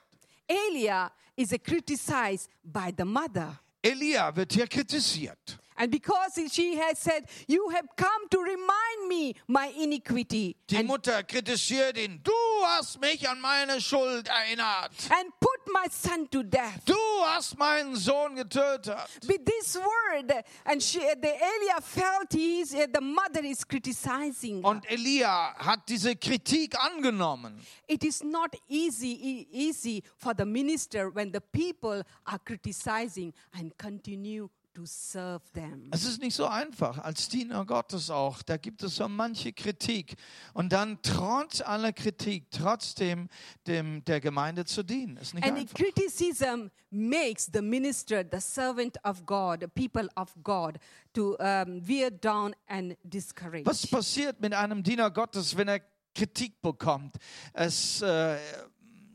Elia, is uh, criticized by the mother.
Elia wird hier kritisiert.
And because she has said, You have come to remind me my iniquity
Die Mutter kritisiert ihn. Du hast mich an meine Schuld erinnert.
and put my son to death.
Du hast meinen Sohn getötet.
With this word, and she, the Elia felt he is, uh, the mother is criticizing. her.
Und Elia hat diese Kritik angenommen.
It is not easy, e- easy for the minister when the people are criticizing and continue to serve them.
Es ist nicht so einfach, als Diener Gottes auch. Da gibt es so manche Kritik. Und dann trotz aller Kritik, trotzdem dem, der Gemeinde zu dienen. Ist nicht
And
einfach.
criticism makes the minister, the servant of God, the people of God, to um, veer down and discourage.
Was passiert mit einem Diener Gottes, wenn er Kritik bekommt? Es, äh,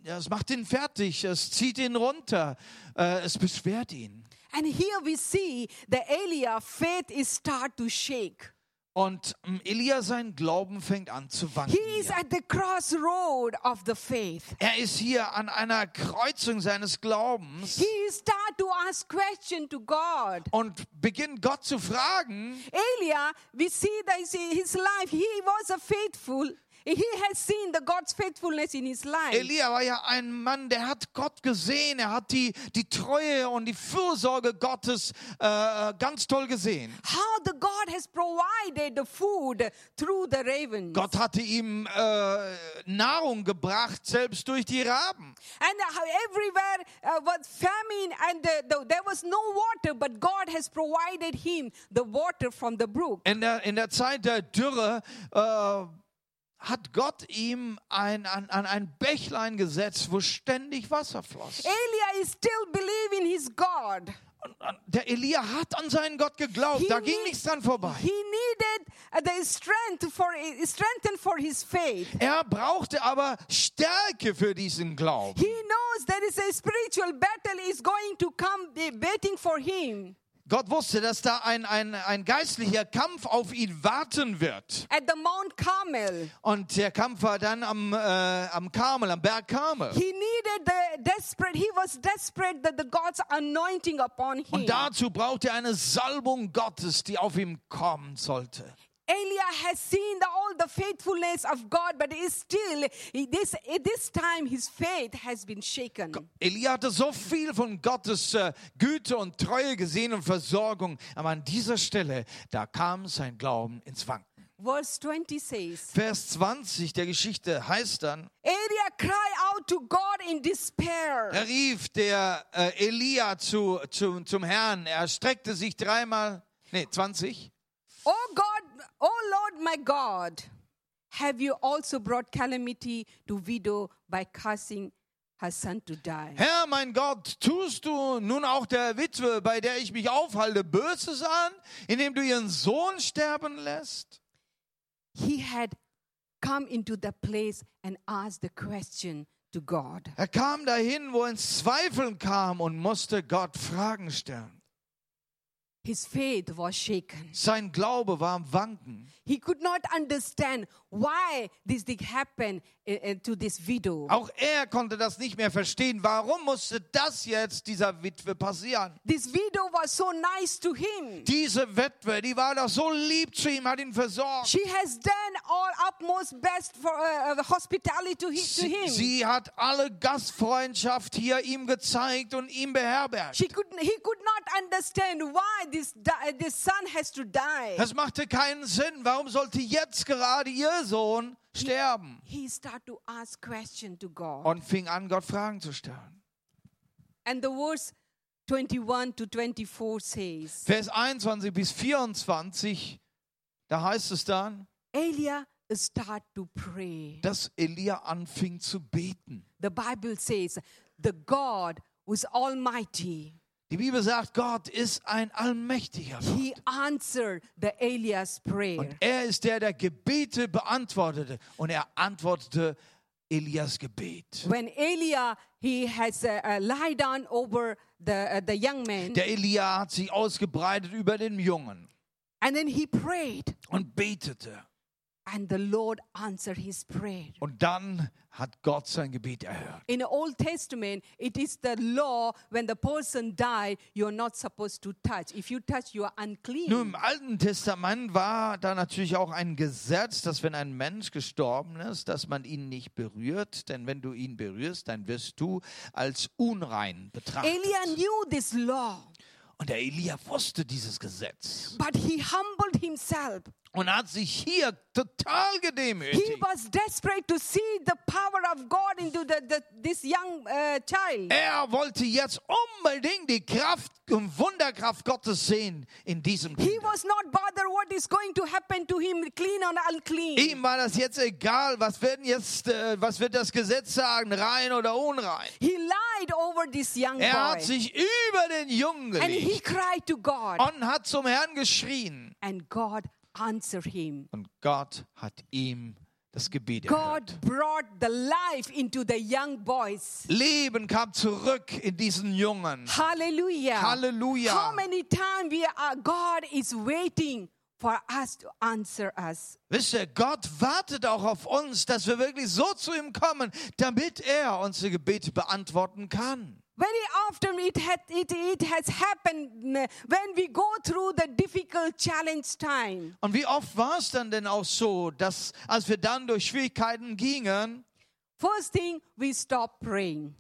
ja, es macht ihn fertig, es zieht ihn runter, äh, es beschwert ihn.
And here we see the Elia faith is start to shake.
Und ähm, Elia, sein Glauben fängt an zu wanken.
He is
hier.
at the crossroad of the faith.
Er ist hier an einer Kreuzung seines Glaubens
He start to ask question to God.
und beginnt Gott zu fragen,
Elia, we see that his- his life, he was a faithful. He has seen the God's faithfulness in his life.
Elia war ja ein Mann, der hat Gott gesehen, er hat die, die Treue und die Fürsorge Gottes äh, ganz toll gesehen.
How the God has provided the food through the raven.
Gott hatte ihm äh, Nahrung gebracht, selbst durch die Raben.
And how everywhere uh, was famine and uh, the, there was no water, but God has provided him the water from the brook.
In der, in der Zeit der Dürre äh, hat Gott ihm ein, ein, ein- ein Bächlein gesetzt, wo ständig Wasser floss.
Elia is still believing his God.
Der Elia hat an seinen Gott geglaubt,
He
da ging
need-
nichts dran vorbei.
He needed uh, the strength for strengthen for his faith.
Er brauchte aber Stärke für diesen Glauben.
He knows there is a spiritual battle is going to come eh, waiting for him.
Gott wusste, dass da ein, ein, ein geistlicher Kampf auf ihn warten wird.
At the Mount Carmel,
Und der Kampf war dann am, äh, am Karmel, am Berg Karmel.
he needed the desperate, he was desperate that the God's anointing upon him.
Und dazu braucht er eine Salbung Gottes, die auf ihm kommen sollte.
Elia has seen the, all the faithfulness of God, but is still he- this at this time his faith has been shaken.
Elia hatte so viel von Gottes äh, Güte und Treue gesehen und Versorgung, aber an dieser Stelle, da kam sein Glauben ins Wanken.
Verse 20 says,
Vers 20 der Geschichte heißt dann,
Elia cried out to God in despair.
da rief der äh, Elia zu, zu, zum Herrn, er streckte sich dreimal, nee, 20.
Oh God, oh Lord my God, have you also brought calamity to widow by causing her son to die?
Herr, mein Gott, tust du nun auch der Witwe, bei der ich mich aufhalte, Böses an, indem du ihren Sohn sterben lässt?
He had come into the place and asked the question to God.
Er kam dahin, wo er ins Zweifeln kam und musste Gott Fragen stellen.
His faith was shaken.
Sein Glaube war am Wanken.
He could not understand why this thing happened eh, eh, to this widow.
Auch er konnte das nicht mehr verstehen. Warum musste das jetzt dieser Witwe passieren?
This widow was so nice to him.
Diese Witwe, die war doch so lieb zu ihm, hat ihn versorgt.
She has done all utmost best for uh, uh, hospitality to, he, to
Sie,
him.
sie hat alle Gastfreundschaft hier ihm gezeigt und ihm beherbergt.
She could, he could not understand why this, di- this son has to die.
Das machte keinen Sinn. Warum sollte jetzt gerade ihr Sohn sterben?
He started to ask question to God.
Und fing an, Gott Fragen zu stellen.
and the verse 21 to 24 says,
Vers 21 bis 24, da heißt es dann,
Elia start to pray.
dass Elia anfing zu beten.
The Bible says, the God was almighty.
Die Bibel sagt, Gott ist ein allmächtiger Gott.
He answered the Elia's prayer.
Und er ist der, der Gebete beantwortete. Und er antwortete Elias Gebet.
When Elia, he has uh, uh, lie down over the, uh, the young man.
Der Elia hat sich ausgebreitet über den Jungen
And then he prayed.
und betete.
And the Lord answered his prayer.
Und dann hat Gott sein Gebet erhört.
In the Old Testament, it is the law when the person died, you're not supposed to touch. If you touch, you are unclean.
Nun, im Alten Testament war da natürlich auch ein Gesetz, dass wenn ein Mensch gestorben ist, dass man ihn nicht berührt, denn wenn du ihn berührst, dann wirst du als unrein betrachtet.
Elia knew this law,
Und der Elia wusste dieses Gesetz
but he humbled himself.
und hat sich hier total
He
gedemütigt.
was desperate to see the power of God into the, the, this young uh, child.
Er wollte jetzt unbedingt die Kraft und Wunderkraft Gottes sehen in diesem
He
Kind.
was not bothered what is going to happen to him, clean or unclean.
Ihm war das jetzt egal, was wird jetzt, äh, was wird das Gesetz sagen, rein oder unrein.
He lied over this young
Er hat
boy.
sich über den Jungen
And
gelegt
he cried to God.
und hat zum Herrn geschrien.
And God answered him.
Und Gott hat ihm das Gebet erhört.
God brought the life into the young boys.
Leben kam zurück in diesen Jungen.
Hallelujah.
Hallelujah.
How many times we are God is waiting for us to answer us.
Wisst ihr, Gott wartet auch auf uns, dass wir wirklich so zu ihm kommen, damit er unsere Gebete beantworten kann.
Very often it, had, it, it has happened mm, when we go through the difficult challenge time.
Und wie oft war es dann denn auch so, dass als wir dann durch Schwierigkeiten gingen,
First thing, we stop praying.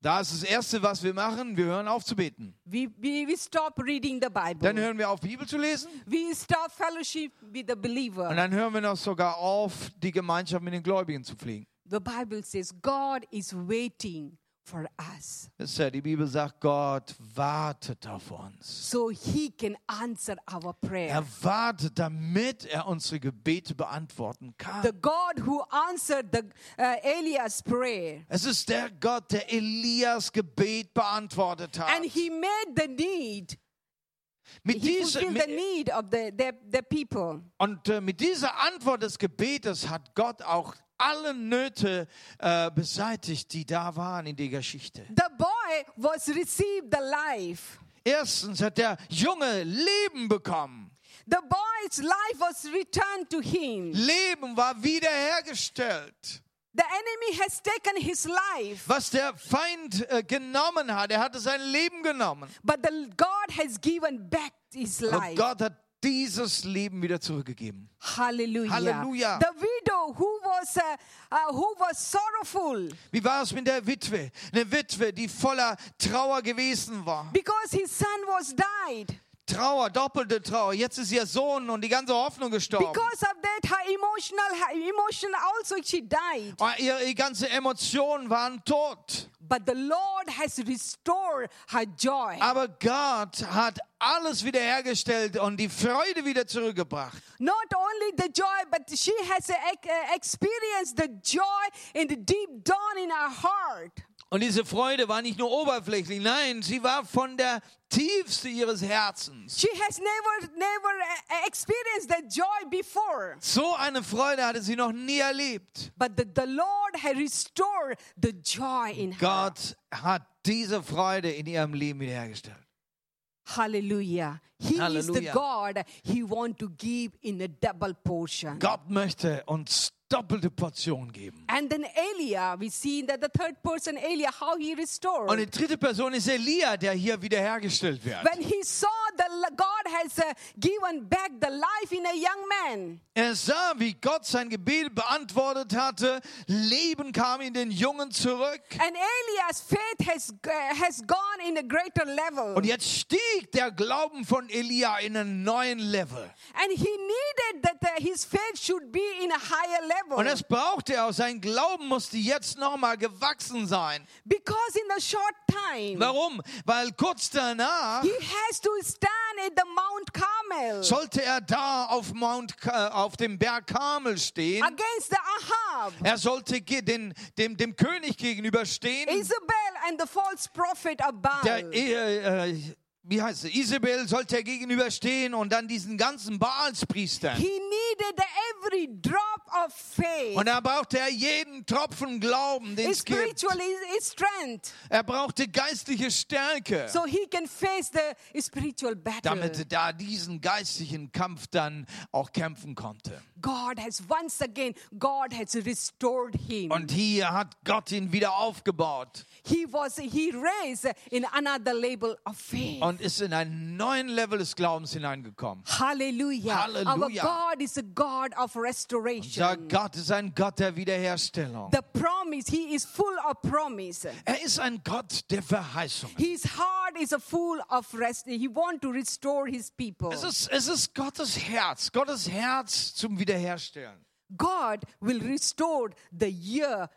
da ist das Erste, was wir machen, wir hören auf zu beten.
We, we, we stop reading the Bible.
Dann hören wir auf, Bibel zu lesen.
we stop fellowship with the believer.
Und dann hören wir noch sogar auf, die Gemeinschaft mit den Gläubigen zu pflegen.
The Bible says God is waiting for us
Wisst ihr, die Bibel sagt, Gott wartet auf uns.
so He can answer our prayer.
Er wartet, damit er unsere Gebete beantworten kann.
The God who answered the uh, Elias prayer
Es ist der Gott, der Elias Gebet beantwortet hat.
and He made the need.
Mit
He
dieser,
fulfilled the
mit,
need of the, the, the people.
und äh, mit dieser Antwort des Gebetes hat Gott auch alle Nöte äh, beseitigt, die da waren in der Geschichte.
The boy was received the life.
Erstens hat der Junge Leben bekommen.
The boy's life was returned to him.
Leben war wiederhergestellt.
The enemy has taken his life,
Was der Feind äh, genommen hat, er hatte sein Leben genommen.
but the God has given back his
Und
life.
Gott hat dieses Leben wieder zurückgegeben.
Hallelujah.
Hallelujah.
The widow who was uh, uh, who was sorrowful
Wie war es mit der Witwe? Eine Witwe, die voller Trauer gewesen war.
because his son was died.
Trauer, doppelte Trauer. Jetzt ist ihr Sohn und die ganze Hoffnung gestorben.
Because of that, her emotional her emotion also she died.
Oh, Ihre ganze Emotionen waren tot.
But the Lord has restored her joy.
Aber Gott hat alles wiederhergestellt und die Freude wieder zurückgebracht.
Not only the joy, but she has uh, ex- uh, experienced the joy in the deep down in her heart.
Und diese Freude war nicht nur oberflächlich, nein, sie war von der tiefste ihres Herzens.
She has never, never uh, experienced that joy before.
So eine Freude hatte sie noch nie erlebt.
But the, the Lord has restored the joy in her.
Gott hat diese Freude in ihrem Leben wiederhergestellt.
Hallelujah. He is the
Hallelujah.
God He want to give in a double portion.
Gott möchte uns doppelte Portionen geben.
And then Elia, we see that the third person, Elia, how he restored.
Und die dritte Person ist Elia, der hier wiederhergestellt wird.
when he saw that l- God has uh, given back the life in a young man,
Er sah, wie Gott sein Gebet beantwortet hatte. Leben kam in den Jungen zurück.
and Elia's faith has, uh, has gone in a greater level.
Und jetzt stieg der Glauben von Elia in einen neuen Level.
And he needed that uh, his faith should be in a higher level.
Und das brauchte er auch. Sein Glauben musste jetzt nochmal gewachsen sein.
because in a short time,
Warum? Weil kurz danach
he has to stand at the Mount Carmel
sollte er da auf, Mount, Ka- äh, auf dem Berg Karmel stehen.
against the Ahab,
Er sollte ge- den, dem, dem König gegenüberstehen.
Isabel, and the false prophet of
Der,
Baal.
äh, äh, wie heißt es? Isabel sollte er gegenüberstehen und dann diesen ganzen Baalspriestern.
He needed every drop of faith.
Und da brauchte er jeden Tropfen Glauben, den
His
es gibt.
spiritual is- is strength,
Er brauchte geistliche Stärke,
so he can face the spiritual battle.
damit er da diesen geistlichen Kampf dann auch kämpfen konnte.
God has once again, God has restored him.
Und hier hat Gott ihn wieder aufgebaut
He was he raised in another level of faith.
und ist in einen neuen Level des Glaubens hineingekommen.
Hallelujah. Our
Hallelujah.
God is a God of
Ja,
restoration.
Gott ist ein Gott der Wiederherstellung.
The promise, He is full of promise.
Er ist ein Gott der Verheißungen.
His heart is a full of rest. He wants to restore His people.
Es ist, es ist Gottes Herz, Gottes Herz zum Wiederherstellen.
God will restore the year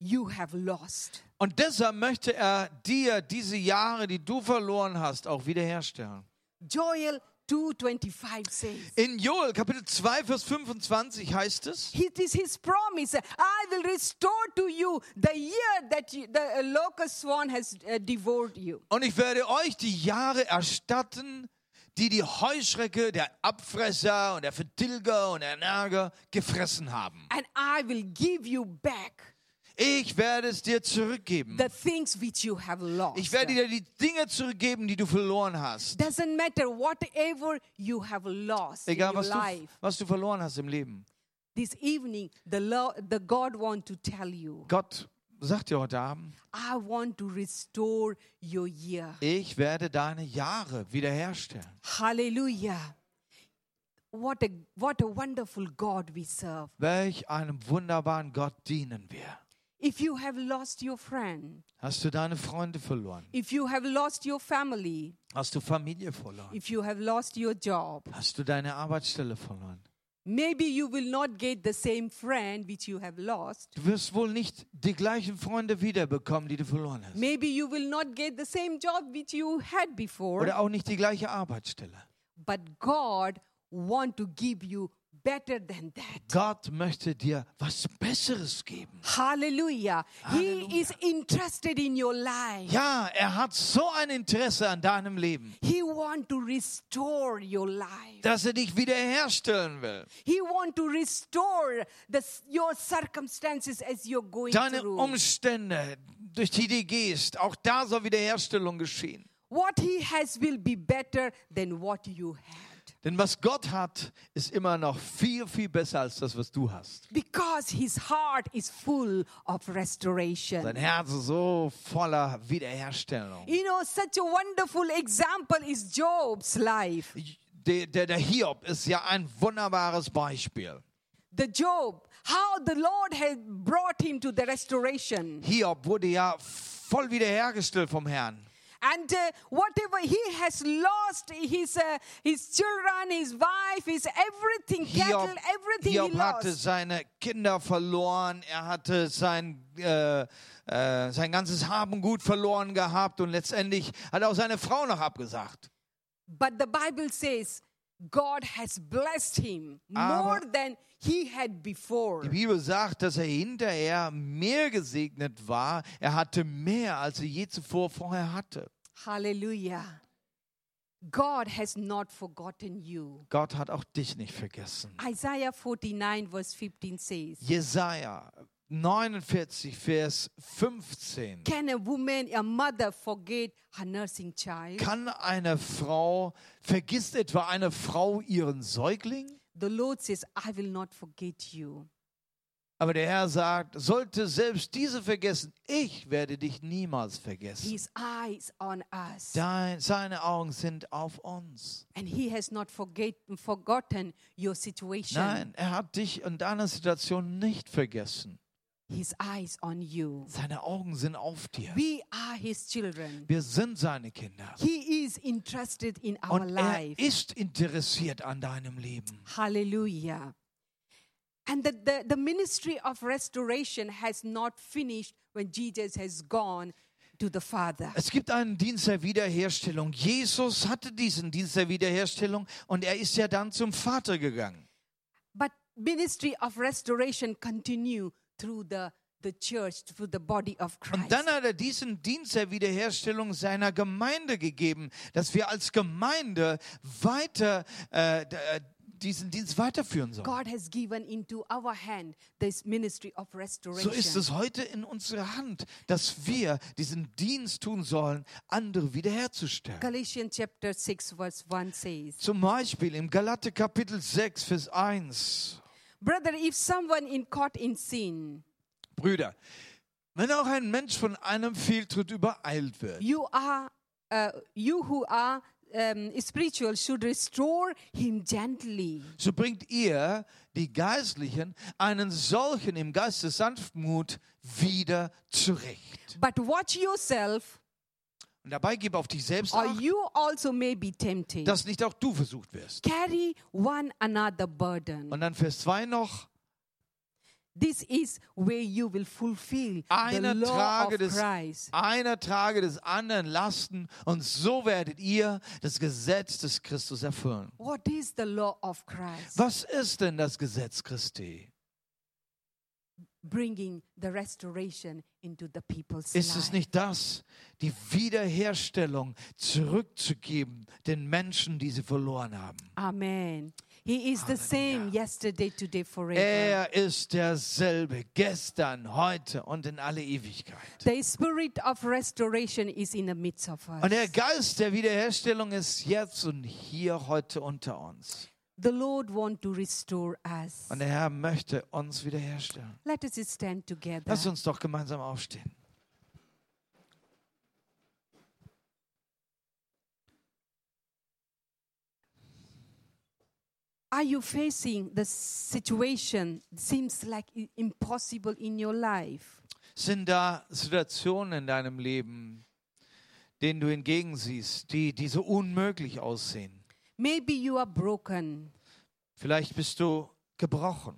you have lost.
Und deshalb möchte er dir diese Jahre, die du verloren hast, auch wiederherstellen.
Joel 2:25 says.
In Joel Kapitel 2, Vers 25 heißt es,
It is his promise. I will restore to you the year that you, the uh, locust swan has uh, devoured you.
Und ich werde euch die Jahre erstatten, die die Heuschrecke, der Abfresser und der Vertilger und der Ärger gefressen haben.
And I will give you back
Ich werde es dir zurückgeben.
the things which you have lost.
Ich werde dir die Dinge zurückgeben, die du verloren hast.
Doesn't matter whatever you have lost
Egal,
in your
was du,
life.
was du verloren hast im Leben.
This evening, the, Lord, the God want to tell you,
Gott sagt dir heute Abend,
I want to restore your year.
ich werde deine Jahre wiederherstellen.
Hallelujah. What a, what a wonderful God we serve.
Welch einem wunderbaren Gott dienen wir.
If you have lost your friend,
Hast du deine Freunde verloren?
if you have lost your family,
Hast du Familie verloren?
if you have lost your job,
Hast du deine Arbeitsstelle verloren?
maybe you will not get the same friend which you have lost.
Du wirst wohl nicht die gleichen Freunde wiederbekommen, die du verloren hast.
Maybe you will not get the same job which you had before.
Oder auch nicht die gleiche Arbeitsstelle.
But God want to give you better than that.
Gott möchte dir was Besseres geben.
Hallelujah. He is interested in your life.
Ja, er hat so ein Interesse an deinem Leben,
He want to restore your life.
dass er dich wiederherstellen will.
He want to restore the, your circumstances as you're going
Deine
through.
Umstände, durch die du gehst, auch da soll Wiederherstellung geschehen.
What he has will be better than what you had
Denn was Gott hat, ist immer noch viel, viel besser als das, was du hast.
because his heart is full of restoration.
Sein Herz ist so voller Wiederherstellung.
You know, such a wonderful example is Job's life.
Der, der, der Hiob ist ja ein wunderbares Beispiel.
The Job, how the Lord had brought him to the restoration.
Hiob wurde ja voll wiederhergestellt vom Herrn.
And uh, whatever he has lost, his, uh, his children, his wife, his everything, cattle,
Hiob,
everything
Hiob
he
hatte
lost.
seine Kinder verloren, er hatte sein, äh, äh, sein ganzes Hab und Gut verloren gehabt und letztendlich hat er auch seine Frau noch abgesagt.
But the Bible says God has blessed him
Aber-
more than he had before.
Die Bibel sagt, dass er hinterher mehr gesegnet war. Er hatte mehr, als er je zuvor vorher hatte.
Hallelujah. God has not forgotten you.
Gott hat auch dich nicht vergessen.
Isaiah 49, verse 15 says,
Jesaja 49, Vers 15.
Can a woman, a mother, forget her nursing child?
Kann eine Frau, vergisst etwa eine Frau ihren Säugling?
The Lord says, I will not forget you.
Aber der Herr sagt, sollte selbst diese vergessen, ich werde dich niemals vergessen.
His eyes on us.
Dein, seine Augen sind auf uns.
And he has not forget, forgotten your situation.
Nein, er hat dich und deine Situation nicht vergessen.
His eyes on you.
Seine Augen sind auf dir.
We are his children.
Wir sind seine Kinder.
He is interested in our
Und er
life.
ist interessiert an deinem Leben.
Hallelujah. And the, the, the ministry of restoration has not finished when Jesus has gone to the Father.
Es gibt einen Dienst der Wiederherstellung. Jesus hatte diesen Dienst der Wiederherstellung und er ist ja dann zum Vater gegangen.
But ministry of restoration continue through the, the church, through the body of Christ.
Und dann hat er diesen Dienst der Wiederherstellung seiner Gemeinde gegeben, dass wir als Gemeinde weiter äh, d- äh, diesen Dienst weiterführen sollen.
God has given into our hand this ministry of
So
restoration.
ist es heute in unserer Hand, dass wir diesen Dienst tun sollen, andere wiederherzustellen.
Galatians chapter 6 verse 1 says,
Zum Beispiel im Galater Kapitel 6, Vers 1.
Brother, if someone in caught in sin,
Brüder, wenn auch ein Mensch von einem Fehltritt übereilt wird,
you are uh, you who are um, spiritual should restore him gently
so bringt ihr, die Geistlichen, einen solchen im Geiste Sanftmut wieder zurecht.
but watch yourself
Und dabei gib auf dich selbst
or
acht,
you also may be tempted
dass nicht auch du versucht wirst.
carry one another burden
Und dann Vers 2 noch,
this is where you will fulfill the
einer
law
trage,
of
des,
christ
einer trage des anderen Lasten und so werdet ihr das Gesetz des Christus erfüllen.
what is the law of christ
Was ist denn das Gesetz Christi?
bringing the restoration into the people's
Ist es
life.
nicht das, die Wiederherstellung zurückzugeben den Menschen, die sie verloren haben?
amen he is the same yesterday today forever
Er ist derselbe gestern, heute und in alle Ewigkeit.
The spirit of restoration is in the midst of us.
Und der Geist der Wiederherstellung ist jetzt und hier heute unter uns.
the Lord wants to restore us.
Und der Herr möchte uns wiederherstellen.
Let us stand together.
Lass uns doch gemeinsam aufstehen.
Are you facing the situation seems like i- impossible in your life?
Sind da Situationen in deinem Leben, denen du entgegensiehst, die, die so unmöglich aussehen?
Maybe you are broken.
Vielleicht bist du gebrochen.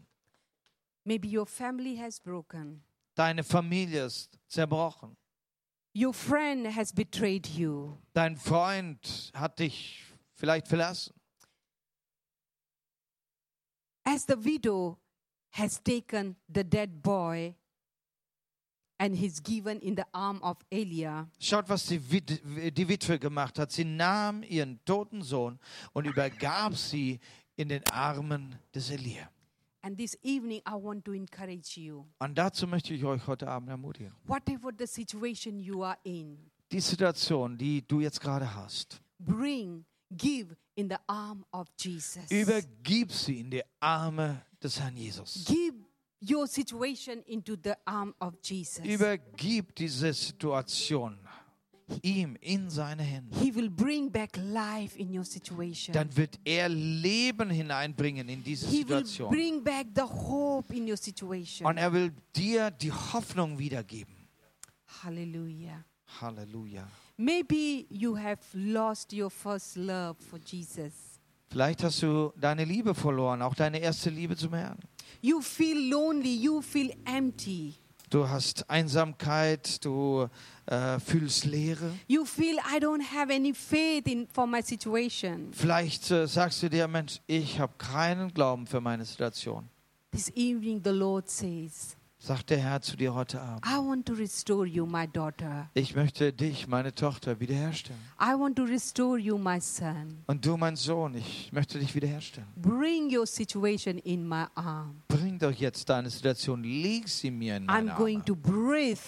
Maybe your family has broken.
Deine Familie ist zerbrochen.
Your friend has betrayed you.
Dein Freund hat dich vielleicht verlassen.
As the widow has taken the dead boy and he's given in the arm of Elia.
Schaut, was die, Wit die Witwe gemacht hat. Sie nahm ihren toten Sohn und übergab sie in den Armen des Elia.
And this evening, I want to encourage you.
Und dazu möchte ich euch heute Abend ermutigen.
whatever the situation you are in,
die Situation, die du jetzt gerade hast,
Bring, give in the arm of Jesus.
übergib sie in die Arme des Herrn Jesus.
Give your situation into the arm of Jesus.
Übergib diese Situation ihm in seine Hände.
He will bring back life in your situation.
Dann wird er Leben hineinbringen in diese
He will
Situation.
bring back the hope in your situation.
Und er will dir die Hoffnung wiedergeben.
Hallelujah.
Halleluja.
Maybe you have lost your first love for Jesus.
Vielleicht hast du deine Liebe verloren, auch deine erste Liebe zum Herrn.
You feel lonely, you feel empty.
Du hast Einsamkeit, du äh, fühlst Leere.
You feel I don't have any faith in for my situation.
Vielleicht äh, sagst du dir, Mensch, ich habe keinen Glauben für meine Situation.
This evening the Lord says,
Sagt der Herr zu dir heute Abend.
I want to restore you, my daughter.
Ich möchte dich, meine Tochter, wiederherstellen.
I want to restore you, my son.
Und du, mein Sohn, ich möchte dich wiederherstellen.
Bring your situation in my arm.
Bring doch jetzt deine Situation, leg sie mir in
I'm
meine
going
Arme.
to breathe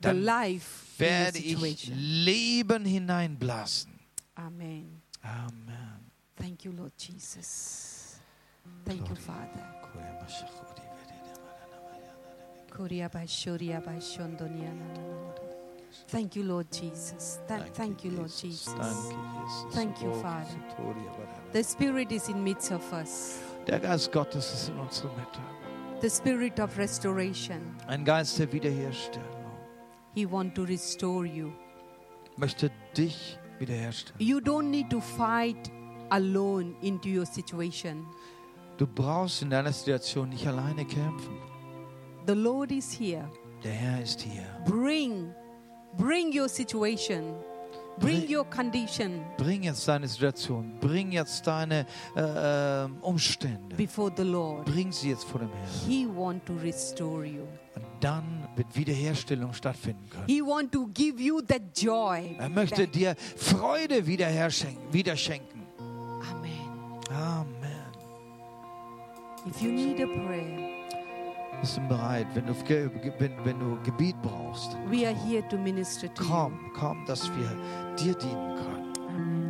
the
Dann
life in your
Werde ich
situation.
Leben hineinblasen.
Amen.
Amen.
Thank you, Lord Jesus. Thank you, Father. Thank you, Lord Jesus. Tha- thank you, Lord Jesus.
Danke, Jesus.
Thank you,
Oh,
Father.
Sotoria,
The Spirit is in midst of us.
Der Geist Gottes ist in unserer Mitte.
The Spirit of restoration.
Ein Geist der Wiederherstellung.
He wants to restore you.
Möchte dich wiederherstellen.
You don't need to fight alone into your situation.
Du brauchst in deiner Situation nicht alleine kämpfen.
The Lord is here.
Der Herr ist hier.
Bring, bring your situation. Bring
Bring-
your condition
Bring jetzt deine Situation. Bring jetzt deine äh, ähm, Umstände.
before the Lord.
Bring sie jetzt vor dem Herrn.
He wants to restore you.
Und dann wird Wiederherstellung stattfinden können.
He wants to give you that joy.
Er möchte
back.
dir Freude wiederherschenken. wiederschenken.
Amen.
Amen.
If you need a prayer,
Bist du bereit, wenn du, Ge- Ge- wenn, wenn du Gebiet brauchst?
we are here to minister to you.
Komm, komm, dass wir dir dienen können.
Amen.